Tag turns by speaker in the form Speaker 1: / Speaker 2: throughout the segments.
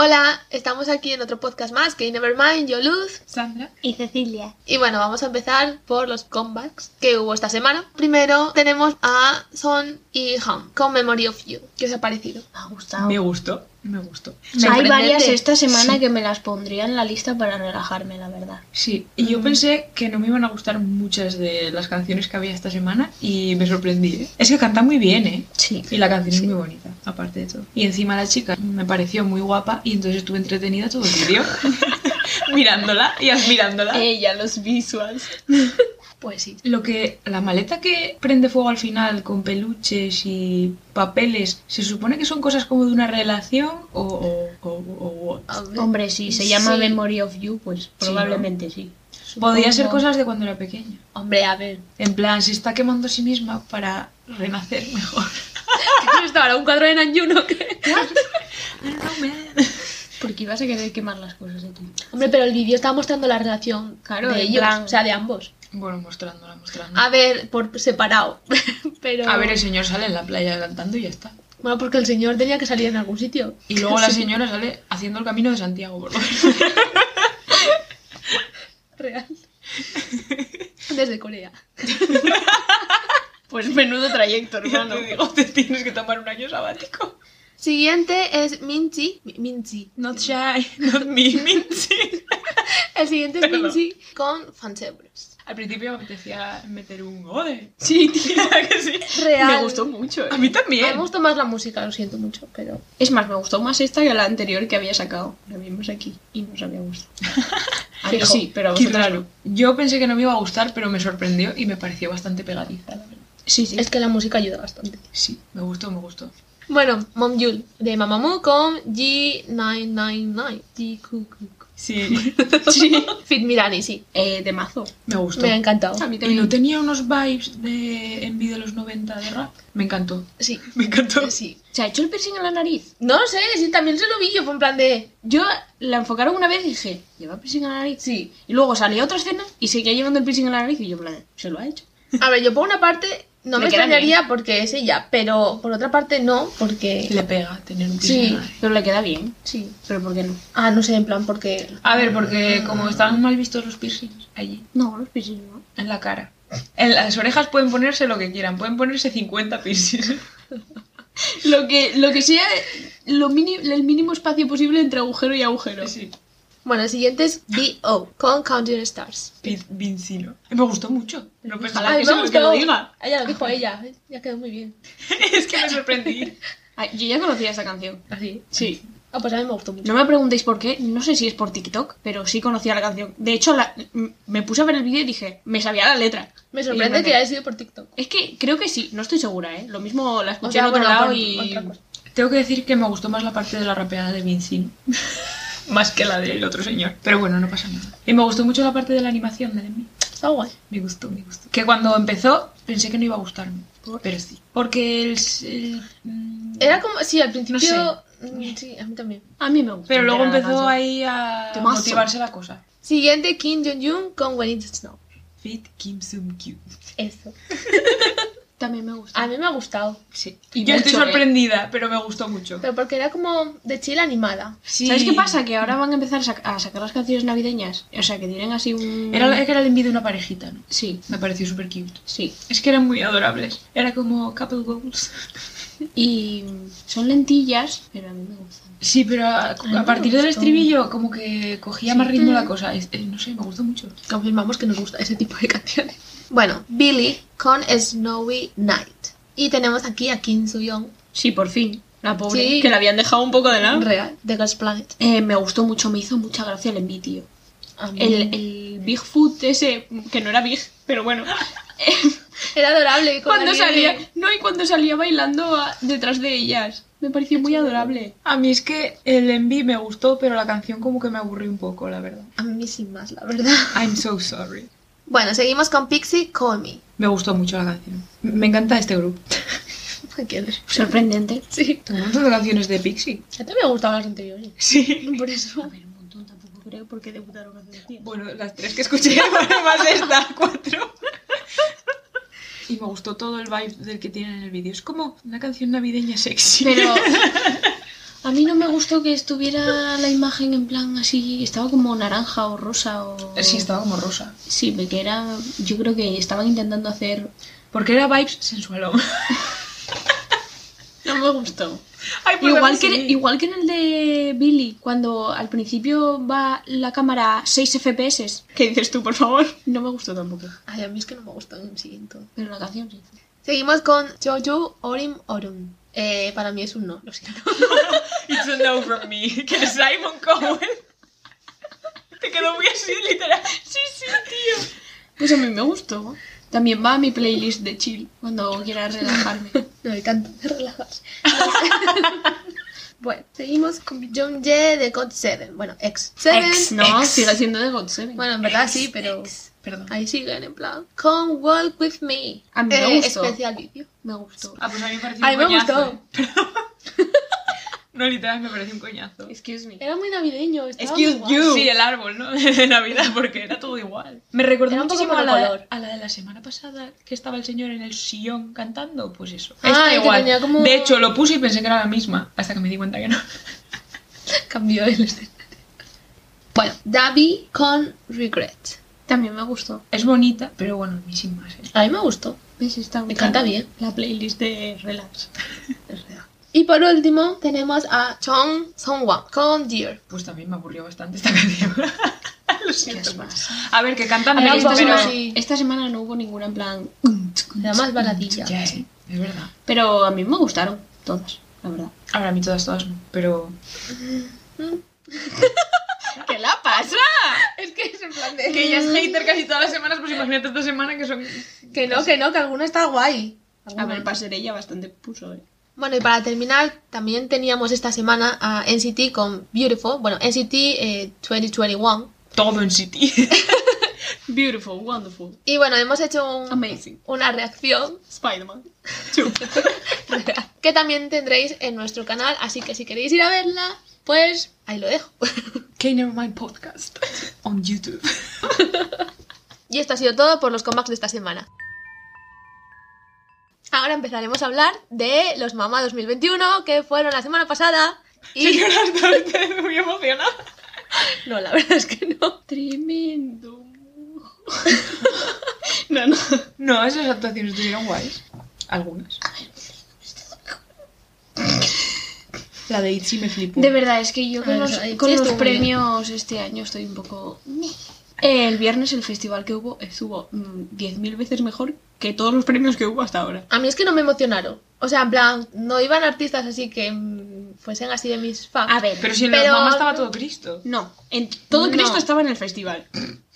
Speaker 1: Hola, estamos aquí en otro podcast más que Nevermind, yo Luz.
Speaker 2: Sandra.
Speaker 3: Y Cecilia.
Speaker 1: Y bueno, vamos a empezar por los comebacks que hubo esta semana. Primero tenemos a Son y Han con Memory of You. ¿Qué os ha parecido?
Speaker 3: Me ha gustado.
Speaker 2: Me gustó, me gustó.
Speaker 3: Hay
Speaker 1: sorprendente.
Speaker 3: varias esta semana
Speaker 2: Sí.
Speaker 3: que me las pondría en la lista para relajarme, la verdad.
Speaker 2: Sí, y yo pensé que no me iban a gustar muchas de las canciones que había esta semana y me sorprendí. ¿eh? Es que canta muy bien, ¿eh?
Speaker 3: Sí.
Speaker 2: Y la canción
Speaker 3: Sí.
Speaker 2: es muy bonita, aparte de todo. Y encima la chica me pareció muy guapa y entonces estuve entretenida todo el vídeo mirándola y admirándola.
Speaker 3: Ah, Ella, los visuals.
Speaker 1: Pues sí.
Speaker 2: Lo que la maleta que prende fuego al final con peluches y papeles, ¿se supone que son cosas como de una relación o, o, o, o what?
Speaker 3: Hombre, sí, se llama
Speaker 1: Sí.
Speaker 3: Memory of You, pues probablemente sí.
Speaker 2: Podría ser
Speaker 3: Supongo.
Speaker 2: cosas de cuando era pequeña.
Speaker 1: Hombre, a ver.
Speaker 2: En plan, se está quemando a sí misma para renacer mejor.
Speaker 1: Ah. ¿Qué es ahora? ¿Un cuadro de Nanyuno?
Speaker 3: Porque ibas a querer quemar las cosas de ti.
Speaker 1: Hombre, pero el vídeo está mostrando la relación
Speaker 3: Claro,
Speaker 1: de
Speaker 3: en
Speaker 1: ellos,
Speaker 3: plan-
Speaker 1: o sea, de ambos.
Speaker 2: Bueno, mostrándola, mostrándola.
Speaker 1: A ver, por separado. pero
Speaker 2: A ver, el señor sale en la playa cantando y ya está.
Speaker 1: Bueno, porque el señor tenía que salir en algún sitio.
Speaker 2: Y luego la
Speaker 1: Sí,
Speaker 2: señora sale haciendo el camino de Santiago, por lo menos.
Speaker 1: Real. Desde Corea.
Speaker 3: Pues menudo trayecto,
Speaker 2: Ya te digo, te tienes que tomar un año sabático.
Speaker 1: Siguiente es Minchi. Mi- Minchi.
Speaker 2: Not shy, not me, Minchi.
Speaker 1: El siguiente es
Speaker 2: Perdón.
Speaker 1: Minchi con Fansebros.
Speaker 2: Al principio me apetecía meter un gode.
Speaker 1: Sí, tío.
Speaker 2: que sí?
Speaker 1: Real.
Speaker 3: Me gustó mucho. eh.
Speaker 2: A mí
Speaker 1: Me
Speaker 2: también.
Speaker 1: gusta más la música, lo siento mucho, pero.
Speaker 3: Es más, me gustó más esta que la anterior que había sacado. La vimos aquí y nos había gustado. A mí
Speaker 2: Fijo,
Speaker 3: sí, pero a
Speaker 2: qué
Speaker 3: vosotras
Speaker 2: raro.
Speaker 3: no.
Speaker 2: Yo pensé que no me iba a gustar, pero me sorprendió y me pareció bastante pegadiza, la verdad.
Speaker 3: Sí, sí.
Speaker 1: Es que la música ayuda bastante.
Speaker 2: Sí, me gustó, me gustó.
Speaker 1: Bueno, Mom Yul de Mamamoo con G999. GQQQ.
Speaker 2: Sí.
Speaker 1: Sí. Fit Mirani, sí.
Speaker 3: Eh, de mazo.
Speaker 2: Me gustó.
Speaker 1: Me ha encantado.
Speaker 3: A mí
Speaker 2: Y no
Speaker 3: también.
Speaker 2: tenía unos vibes de envidia de los 90 de rap. Me encantó.
Speaker 1: Sí.
Speaker 2: Me encantó.
Speaker 1: Sí.
Speaker 3: ¿Se ha hecho el piercing en la nariz?
Speaker 1: No sé, sí, también se lo vi yo, fue en plan de.
Speaker 3: Yo la enfocaron una vez y dije, ¿lleva piercing en la nariz? Sí. Y luego salió otra escena y seguía llevando el piercing en la nariz y yo, en plan, se lo ha hecho.
Speaker 1: A ver, yo por una parte no
Speaker 3: Le
Speaker 1: me
Speaker 3: queda
Speaker 1: extrañaría porque es ella, pero por otra parte no, porque.
Speaker 2: Le pega tener un
Speaker 1: Sí.
Speaker 2: sí.
Speaker 3: Pero le queda bien.
Speaker 1: Sí.
Speaker 3: ¿Pero por qué no?
Speaker 1: Ah, no sé, en plan, porque.
Speaker 2: A ver, porque como estaban mal vistos los piercings allí,
Speaker 3: No, los piercings no.
Speaker 2: en la cara. En las orejas pueden ponerse lo que quieran, pueden ponerse 50 piercings.
Speaker 3: Lo que, lo que sea, lo mini- el mínimo espacio posible entre agujero y agujero.
Speaker 2: Sí.
Speaker 1: Bueno, el siguiente es B.O. con Counting Stars.
Speaker 2: Vin- Vincino. Me gustó mucho. No pensaba
Speaker 3: Ojalá
Speaker 2: que
Speaker 3: que
Speaker 2: eso
Speaker 3: me
Speaker 2: es lo que lo
Speaker 3: gustó.
Speaker 2: diga.
Speaker 1: Ella lo dijo a ella, ¿eh? ya quedó muy bien.
Speaker 2: es que me sorprendí.
Speaker 3: Ay, yo ya conocía esta canción.
Speaker 1: Así.
Speaker 3: Sí.
Speaker 1: Ah, pues a mí me gustó mucho.
Speaker 3: No me preguntéis por qué, no sé si es por TikTok, pero sí conocía la canción. De hecho, la- m- me puse a ver el vídeo y dije, me sabía la letra.
Speaker 1: Me
Speaker 3: Y
Speaker 1: sorprende
Speaker 3: mandé.
Speaker 1: que haya sido por TikTok.
Speaker 3: Es que creo que sí, no estoy segura, ¿eh? Lo mismo la escuché
Speaker 1: sea,
Speaker 3: en otro
Speaker 1: bueno,
Speaker 3: lado
Speaker 1: por-
Speaker 3: y...
Speaker 1: otra cosa.
Speaker 2: Tengo que decir que me gustó más la parte de la rapeada de Vincino. más que la del otro señor. Pero bueno, no pasa nada. Y me gustó mucho la parte de la animación del envío.
Speaker 1: Está guay.
Speaker 2: Me gustó, me gustó. Que cuando empezó pensé que no iba a gustarme. Pero sí. Porque el. el- mm,
Speaker 1: Era como. Sí, al principio.
Speaker 2: No
Speaker 1: mm, Sí, a mí también.
Speaker 3: A mí me gusta.
Speaker 2: Pero luego
Speaker 3: entera la
Speaker 2: empezó
Speaker 3: canción.
Speaker 2: ahí a
Speaker 3: Temazo.
Speaker 2: motivarse la cosa.
Speaker 1: Siguiente, Kim Jong-un con When It Snow.
Speaker 2: Fit Kim Sum Kyu.
Speaker 1: Eso.
Speaker 3: También me gusta.
Speaker 1: A mí me ha gustado.
Speaker 2: Sí.
Speaker 3: Y
Speaker 2: Yo estoy
Speaker 3: mucho, ¿eh?
Speaker 2: sorprendida, pero me gustó mucho.
Speaker 1: Pero porque era como de chile animada.
Speaker 2: Sí.
Speaker 3: ¿Sabes qué pasa? Que ahora van a empezar a, sac- a sacar las canciones navideñas. O sea, que tienen así un...
Speaker 2: Era, la- era el envío de una parejita, ¿no?
Speaker 3: Sí,
Speaker 2: Me pareció súper cute.
Speaker 3: sí.
Speaker 2: Es que eran muy adorables. Era como couple goals.
Speaker 3: Y son lentillas, pero a mí me gustan.
Speaker 2: Sí, pero a, a
Speaker 1: me
Speaker 2: partir del
Speaker 1: gustó.
Speaker 2: estribillo como que cogía
Speaker 3: Sí.
Speaker 2: más ritmo la
Speaker 1: Mm.
Speaker 2: cosa. Es- eh, no sé, me gustó mucho.
Speaker 1: Confirmamos que nos gusta ese tipo de canciones. Bueno, Billy con Snowy Night. Y tenemos aquí a Kim Soo-young,
Speaker 3: Sí, por fin. La pobre,
Speaker 1: Sí.
Speaker 3: que la habían dejado un poco de lado.
Speaker 1: real, de Girls Planet.
Speaker 3: Eh, me gustó mucho, me hizo mucha gracia el enví, tío.
Speaker 1: A mí-
Speaker 3: El, el Bigfoot ese, que no era Big, pero bueno.
Speaker 1: Era adorable. con la
Speaker 3: cuando
Speaker 1: nieve.
Speaker 3: salía, no, y cuando salía bailando a- detrás de ellas. Me pareció muy adorable.
Speaker 2: A mí es que el enví me gustó, pero la canción como que me aburrió un poco, la verdad.
Speaker 1: A mí sin más, la verdad.
Speaker 2: I'm so sorry.
Speaker 1: Bueno, seguimos con Pixie Call Me.
Speaker 2: Me gustó mucho la canción. M- Me encanta este grupo.
Speaker 1: ¿Qué quieres?
Speaker 3: Sorprendente.
Speaker 1: Sí.
Speaker 2: Tengo un montón de canciones de Pixie.
Speaker 1: Ya te había gustado las anteriores.
Speaker 2: Sí.
Speaker 1: Por eso.
Speaker 3: ver, un montón tampoco creo porque debutaron hace tiempo.
Speaker 2: Bueno, las tres que escuché, bueno, más esta, cuatro. Y me gustó todo el vibe del que tienen en el vídeo. Es como una canción navideña sexy.
Speaker 3: Pero. A mí no me gustó que estuviera la imagen en plan así, estaba como naranja o rosa o...
Speaker 2: Sí, estaba como rosa.
Speaker 3: Sí, porque era... Yo creo que estaban intentando hacer...
Speaker 2: Porque era vibes sensualón.
Speaker 3: No me gustó.
Speaker 2: Ay, pues a
Speaker 3: Igual
Speaker 2: mí
Speaker 3: que,
Speaker 2: sí.
Speaker 3: igual que en el de Billy, cuando al principio va la cámara a 6 FPS, ¿qué dices tú, por favor? No me gustó tampoco.
Speaker 1: Ay, a mí es que no me gustan en sí, entonces.
Speaker 3: Pero la canción sí.
Speaker 1: Seguimos con Joju Orim Orum. Eh, para mí es un no, lo siento.
Speaker 2: It's a no from me. Que es Simon Cowell. Te quedó muy así, literal. Sí, sí, tío.
Speaker 3: Pues a mí me gustó. También va a mi playlist de chill cuando quiera relajarme.
Speaker 1: No hay tanto de relajas. bueno, seguimos con Jung Ye de God 7. Bueno, ex. Seven.
Speaker 3: Ex, no,
Speaker 2: ex.
Speaker 3: sigue siendo de God Seven.
Speaker 1: Bueno, en verdad sí, pero
Speaker 2: Perdón.
Speaker 1: ahí siguen en plan. Come walk with me. Eh,
Speaker 3: A mí me gustó.
Speaker 1: Especial vídeo.
Speaker 3: Me gustó.
Speaker 2: Ah, pues a mí me pareció
Speaker 1: A mí
Speaker 2: un
Speaker 1: me
Speaker 2: coñazo. eh.
Speaker 1: gustó.
Speaker 2: No, literal, me pareció un coñazo.
Speaker 3: Excuse me.
Speaker 1: Era muy navideño. estaba muy
Speaker 3: Excuse
Speaker 1: guay.
Speaker 3: you.
Speaker 2: Sí, el árbol, ¿no? De Navidad, porque era todo igual. Me recordó
Speaker 1: Era un poco
Speaker 2: muchísimo a la,
Speaker 1: monocolor.
Speaker 2: a la de la semana pasada que estaba el señor en el sillón cantando. Pues eso.
Speaker 1: Ah,
Speaker 2: Está
Speaker 1: y que
Speaker 2: igual.
Speaker 1: tenía como-
Speaker 2: De hecho, lo puse y pensé que era la misma, hasta que me di cuenta que no.
Speaker 1: Cambió el escenario. Bueno, Davi con Regret.
Speaker 3: También me gustó.
Speaker 2: Es bonita, pero bueno, a mí sin más. ¿eh?
Speaker 1: A mí me gustó.
Speaker 3: ¿Ves? Está
Speaker 1: Me canta bien.
Speaker 3: La playlist de Relax.
Speaker 1: es real. Y por último tenemos a Chong Songwan con Dear.
Speaker 2: Pues también me aburrió bastante esta canción. lo siento
Speaker 3: es
Speaker 2: mucho.
Speaker 3: más?
Speaker 2: A ver, que cantan
Speaker 1: A ver,
Speaker 2: bien,
Speaker 1: esta
Speaker 3: esta,
Speaker 1: es
Speaker 2: pero...
Speaker 1: una-
Speaker 3: semana,
Speaker 1: sí.
Speaker 3: esta semana no hubo ninguna en plan.
Speaker 1: La más baladilla.
Speaker 2: Ya, eh, es verdad.
Speaker 3: Pero a mí me gustaron todas, la verdad.
Speaker 2: Ahora a mí todas, todas no, pero...
Speaker 3: ¿Qué la pasa?
Speaker 1: Es que es en plan de...
Speaker 2: Que ella es hater casi todas las semanas, pues imagínate esta semana que son...
Speaker 1: Que no, que no, que alguna está guay.
Speaker 3: A
Speaker 1: Alguna.
Speaker 3: ver, para ser ella bastante puso, ¿eh?
Speaker 1: Bueno, y para terminar, también teníamos esta semana a NCT con Beautiful. Bueno, NCT eh, 2021.
Speaker 2: Todo en City.
Speaker 3: Beautiful, wonderful,
Speaker 1: Y bueno, hemos hecho un-
Speaker 3: amazing.
Speaker 1: una reacción
Speaker 3: Spider-Man.
Speaker 1: que también tendréis en nuestro canal. Así que si queréis ir a verla, pues ahí lo dejo.
Speaker 2: K Nevermind Podcast on YouTube.
Speaker 1: Y esto ha sido todo por los comebacks de esta semana. Ahora empezaremos a hablar de los Mamá 2021 que fueron la semana pasada. Y
Speaker 2: las dos, estoy muy emocionada.
Speaker 1: no, la verdad es que no.
Speaker 3: Tremendo. no, no.
Speaker 2: No, esas actuaciones estuvieron guays. Algunas. La de Itzy me flipó.
Speaker 3: De verdad, es que yo
Speaker 1: Ah,
Speaker 3: con los,
Speaker 1: eso, ahí
Speaker 3: con
Speaker 1: sí
Speaker 3: los
Speaker 1: estuvo muy bien.
Speaker 3: premios este año estoy un poco... El viernes el festival que hubo estuvo mm, 10.000 veces mejor que todos los premios que hubo hasta ahora.
Speaker 1: A mí es que no me emocionaron. O sea, en plan, no iban artistas así que mm, fuesen así de mis fans.
Speaker 3: A ver,
Speaker 2: Pero si en las
Speaker 1: Pero-
Speaker 2: mamás estaba todo Cristo.
Speaker 3: no, en todo
Speaker 1: No.
Speaker 3: Cristo estaba en el festival.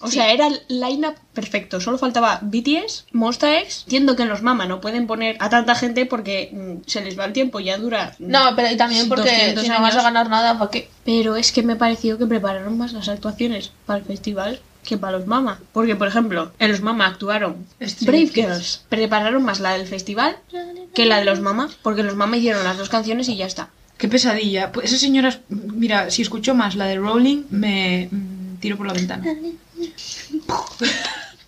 Speaker 3: O sea, era el line-up perfecto. Solo faltaba BTS, Monsta X. Entiendo que en los Mama no pueden poner a tanta gente porque mm, se les va el tiempo, ya dura... mm,
Speaker 1: No, pero y también porque
Speaker 3: 200
Speaker 1: si no vas a
Speaker 3: años.
Speaker 1: ganar nada, ¿para qué?
Speaker 3: Pero es que me pareció que prepararon más las actuaciones para el festival que para los Mama. Porque, por ejemplo, en los Mama actuaron
Speaker 2: Street
Speaker 3: Brave
Speaker 2: Kids.
Speaker 3: Girls. Prepararon más la del festival que la de los Mama. Porque los Mama hicieron las dos canciones y ya está.
Speaker 2: Qué pesadilla. Pues esas señoras, mira, si escucho más la de Rowling, me mm, tiro por la ventana.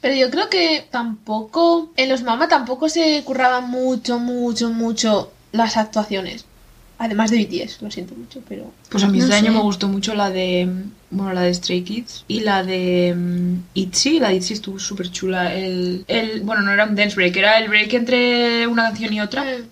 Speaker 1: Pero yo creo que tampoco, en los Mama tampoco se curraban mucho, mucho, mucho las actuaciones. Además de BTS, lo siento mucho, pero...
Speaker 2: Pues a mí
Speaker 3: No
Speaker 2: este año
Speaker 3: sé.
Speaker 2: me gustó mucho la de, mm, bueno, la de Stray Kids y la de mm, Itzy. La de Itzy estuvo súper chula. El, el, bueno, no era un dance break, era el break entre una canción y otra.
Speaker 1: Mm.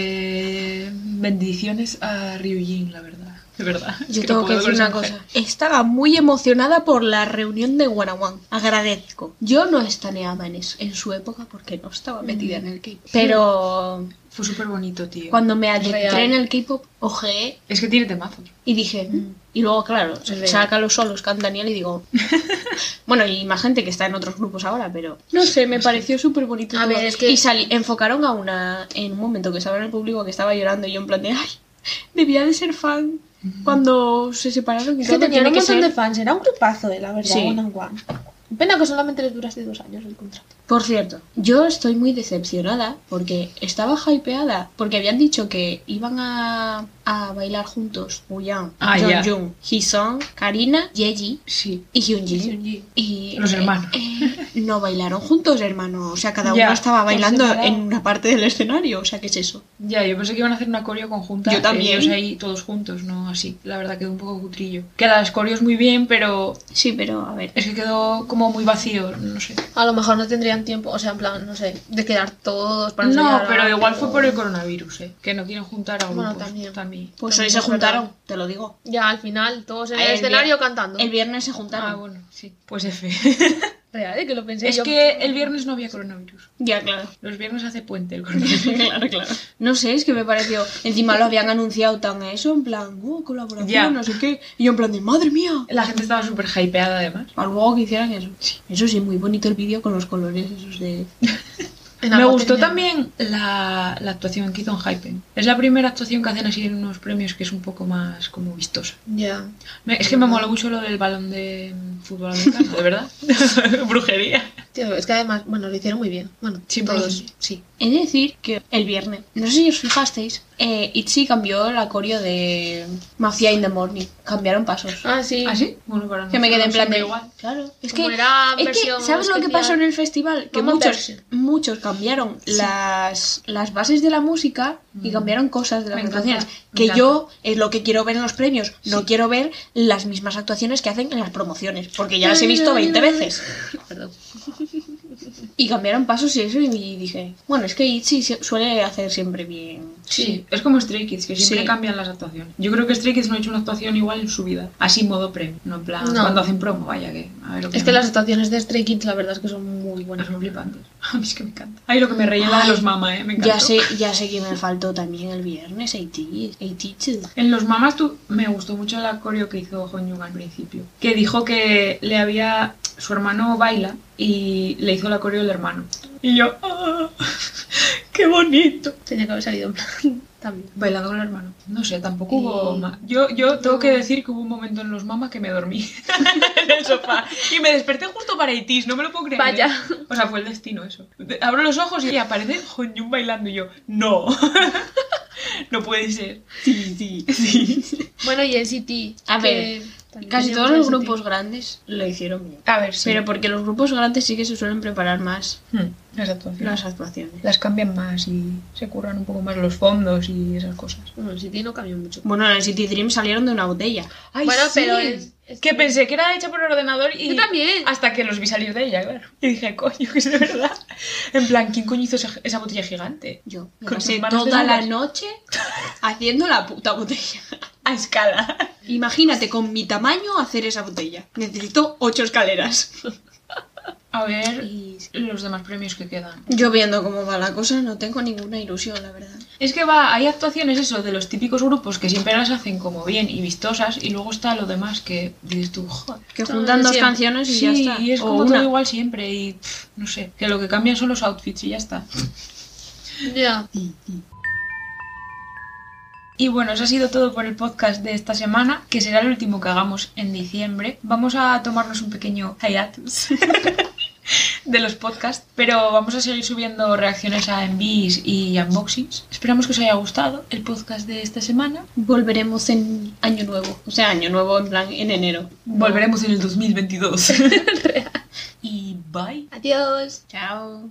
Speaker 2: Que bendiciones a Ryujin, la verdad. De verdad. Es
Speaker 3: Yo
Speaker 2: no
Speaker 3: tengo que
Speaker 2: puedo
Speaker 3: decir
Speaker 2: con esa
Speaker 3: una
Speaker 2: mujer.
Speaker 3: cosa. Estaba muy emocionada por la reunión de One on One. Agradezco. Yo no estaneaba en, es- en su época porque no estaba metida en el K-pop. Pero
Speaker 2: Fue súper bonito, tío.
Speaker 3: cuando me adentré
Speaker 1: Real.
Speaker 3: en el K-pop, ojeé
Speaker 2: Es que tiene temazos.
Speaker 3: Y dije, "Mm". y luego, claro,
Speaker 1: Real.
Speaker 3: saca los solos, canta Daniel y digo, bueno, y más gente que está en otros grupos ahora, pero no sé, me pareció súper bonito.
Speaker 1: A
Speaker 3: todo.
Speaker 1: ver, es que-
Speaker 3: Y salí, enfocaron a una, en un momento que estaba en el público que estaba llorando y yo en plan de, ay, debía de ser fan cuando se separaron y
Speaker 1: Es
Speaker 3: todo.
Speaker 1: que tenían
Speaker 3: tiene
Speaker 1: un
Speaker 3: que
Speaker 1: montón
Speaker 3: ser-
Speaker 1: de fans, era un grupazo, eh, la verdad,
Speaker 3: Sí.
Speaker 1: One and One. Pena que solamente les durase dos años el contrato.
Speaker 3: Por cierto, yo estoy muy decepcionada porque estaba hypeada, porque habían dicho que iban a, a bailar juntos Wooyoung,
Speaker 2: Ah, ya.
Speaker 3: Jung, Hisong, Karina, Yeji
Speaker 2: Sí.
Speaker 3: y Hyunjin.
Speaker 1: Hyunjin.
Speaker 3: Y,
Speaker 2: Los hermanos.
Speaker 3: eh, no bailaron juntos, hermano. O sea, cada
Speaker 2: Ya,
Speaker 3: uno estaba
Speaker 1: por
Speaker 3: bailando
Speaker 1: separado.
Speaker 3: en una parte del escenario. O sea, ¿qué es eso?
Speaker 2: Ya, yo pensé que iban a hacer una coreo conjunta.
Speaker 3: Yo también.
Speaker 2: Ellos ahí todos juntos, ¿no? Así. La verdad quedó un poco cutrillo. Que las coreos muy bien, pero
Speaker 3: Sí, pero a ver.
Speaker 2: es que quedó como muy vacío, no sé.
Speaker 1: A lo mejor no tendrían tiempo, o sea, en plan, no sé, de quedar todos para
Speaker 2: No,
Speaker 1: ensayar
Speaker 2: pero
Speaker 1: algo.
Speaker 2: igual fue por el coronavirus, ¿eh? Que no quieren juntar a grupos
Speaker 1: Bueno, también. También
Speaker 3: Pues hoy se
Speaker 1: es verdad.
Speaker 3: juntaron, te lo digo.
Speaker 1: Ya, al final, todos en el,
Speaker 3: El
Speaker 1: escenario
Speaker 3: vier-
Speaker 1: cantando.
Speaker 3: El viernes se
Speaker 2: Ah,
Speaker 3: juntaron.
Speaker 2: bueno, sí. Pues F.
Speaker 1: Real, ¿eh? que lo pensé
Speaker 2: es
Speaker 1: yo.
Speaker 2: que el viernes no había coronavirus.
Speaker 3: Ya, claro.
Speaker 2: Los viernes hace puente el coronavirus.
Speaker 3: claro, claro. No sé, es que me pareció. Encima lo habían anunciado tan a eso, en plan, oh, colaboración,
Speaker 2: Ya.
Speaker 3: no sé qué. Y yo en plan de madre mía.
Speaker 2: La gente estaba súper hypeada además.
Speaker 3: Al luego que hicieran eso. Eso sí, muy bonito el vídeo con los colores esos de.
Speaker 1: En
Speaker 2: Me
Speaker 1: algo
Speaker 2: gustó
Speaker 1: tenían.
Speaker 2: también la, la actuación que hizo en Hypen. Es la primera actuación que hacen así en unos premios que es un poco más como vistosa.
Speaker 1: Ya.
Speaker 2: Me- es que me moló mucho lo del balón de mm, fútbol americano, de verdad. Brujería.
Speaker 1: Tío, es que además, bueno, lo hicieron muy bien. Bueno,
Speaker 2: Sí,
Speaker 1: todos,
Speaker 2: pues.
Speaker 1: sí.
Speaker 3: Es decir, que el viernes, no sé si os fijasteis, eh, Itzy cambió la coreo de Mafia in the Morning. Cambiaron pasos.
Speaker 1: Ah, sí.
Speaker 2: ¿Ah, sí? Bueno, para
Speaker 3: que me quedé en
Speaker 2: nosotros
Speaker 3: plan de.
Speaker 2: siempre igual.
Speaker 3: Claro. Es que.
Speaker 1: Como era
Speaker 3: es que,
Speaker 1: versión
Speaker 3: ¿sabes lo que
Speaker 1: especial?
Speaker 3: pasó en el festival? Que
Speaker 1: Mamá
Speaker 3: muchos,
Speaker 1: version.
Speaker 3: muchos cambiaron las, las bases de la música y cambiaron cosas de las
Speaker 2: Mm. Me encanta,
Speaker 3: actuaciones.
Speaker 2: me
Speaker 3: Que
Speaker 2: encanta.
Speaker 3: yo es lo que quiero ver en los premios. No
Speaker 2: Sí.
Speaker 3: quiero ver las mismas actuaciones que hacen en las promociones. Porque ya las he visto 20 veces.
Speaker 2: Perdón.
Speaker 3: Y cambiaron pasos y eso, y dije, bueno, es que Itzy se- suele hacer siempre bien.
Speaker 2: Sí, es como Stray Kids, que siempre
Speaker 3: Sí.
Speaker 2: cambian las actuaciones. Yo creo que Stray Kids no ha hecho una actuación igual en su vida. Así modo premio, no en plan
Speaker 1: No.
Speaker 2: cuando hacen promo, vaya que. A ver lo que
Speaker 1: Es que las
Speaker 2: hacen.
Speaker 1: actuaciones de Stray Kids, la verdad es que son muy buenas.
Speaker 2: son flipantes. A mí es que me encanta. Ay, lo que me reía la de
Speaker 3: Ay,
Speaker 2: los mamá, eh, me encanta.
Speaker 3: Ya sé, ya sé que me faltó también el viernes, Itzy. Itzy.
Speaker 2: En los mamás tú, me gustó mucho el coreo que hizo Honyung al principio, que dijo que le había su hermano baila y le hizo la coreo el hermano. Y yo, ¡ah! ¡Qué bonito!
Speaker 1: Tenía que haber salido en plan también.
Speaker 2: Bailando con el hermano. No sé, tampoco
Speaker 1: Y-
Speaker 2: hubo ma- Yo, yo tengo que decir que hubo un momento en los mamás que me dormí en el sofá y me desperté justo para Itis, no me lo puedo creer. ¿eh?
Speaker 1: Vaya.
Speaker 2: O sea, fue el destino eso. De- Abro los ojos y aparece Honyung bailando y yo, ¡no! no puede ser.
Speaker 3: Sí, sí.
Speaker 1: Bueno, y NCT.
Speaker 3: A
Speaker 1: que
Speaker 3: ver,
Speaker 1: también
Speaker 3: Casi
Speaker 1: tenía
Speaker 3: todos
Speaker 1: mucho
Speaker 3: los
Speaker 1: NCT.
Speaker 3: grupos grandes lo hicieron bien.
Speaker 2: A ver, sí.
Speaker 3: Pero porque los grupos grandes sí que se suelen preparar más
Speaker 2: Hmm, las actuaciones.
Speaker 3: las actuaciones.
Speaker 2: las cambian más y se curran un poco más los fondos y esas cosas.
Speaker 1: Bueno, NCT no cambió mucho.
Speaker 3: Bueno, en el City Dream salieron de una botella.
Speaker 1: Bueno, pero es- es-
Speaker 2: Que pensé que era hecha por ordenador y...
Speaker 1: Yo también.
Speaker 2: Hasta que los vi salir de ella, claro. Y dije, coño, que es de verdad. En plan, ¿quién coño hizo esa, esa botella gigante?
Speaker 3: Yo me
Speaker 2: Con
Speaker 3: pasé
Speaker 2: tus manos
Speaker 3: toda la
Speaker 2: desnudas.
Speaker 3: noche haciendo la puta botella.
Speaker 2: A escala.
Speaker 3: Imagínate con mi tamaño hacer esa botella. Necesito ocho escaleras.
Speaker 2: A ver
Speaker 3: Y
Speaker 2: los demás premios que quedan.
Speaker 3: Yo viendo cómo va la cosa no tengo ninguna ilusión, la verdad.
Speaker 2: Es que va, hay actuaciones eso de los típicos grupos que siempre las hacen como bien y vistosas y luego está lo demás que dices tú, joder.
Speaker 3: Que
Speaker 1: Todo
Speaker 3: juntan
Speaker 1: de
Speaker 3: dos
Speaker 1: siempre.
Speaker 3: canciones y
Speaker 2: sí,
Speaker 3: ya está.
Speaker 2: y es
Speaker 3: O
Speaker 2: como
Speaker 3: una.
Speaker 2: todo igual siempre y pff, no sé, que lo que cambian son los outfits y ya está.
Speaker 1: Ya.
Speaker 2: Y bueno, eso ha sido todo por el podcast de esta semana, que será el último que hagamos en diciembre. Vamos a tomarnos un pequeño hiatus de los podcasts, pero vamos a seguir subiendo reacciones a envíos y unboxings. Esperamos que os haya gustado el podcast de esta semana.
Speaker 3: Volveremos en año nuevo. O sea, año nuevo en plan en enero.
Speaker 2: Volveremos en el 2022. y bye.
Speaker 1: Adiós.
Speaker 3: Chao.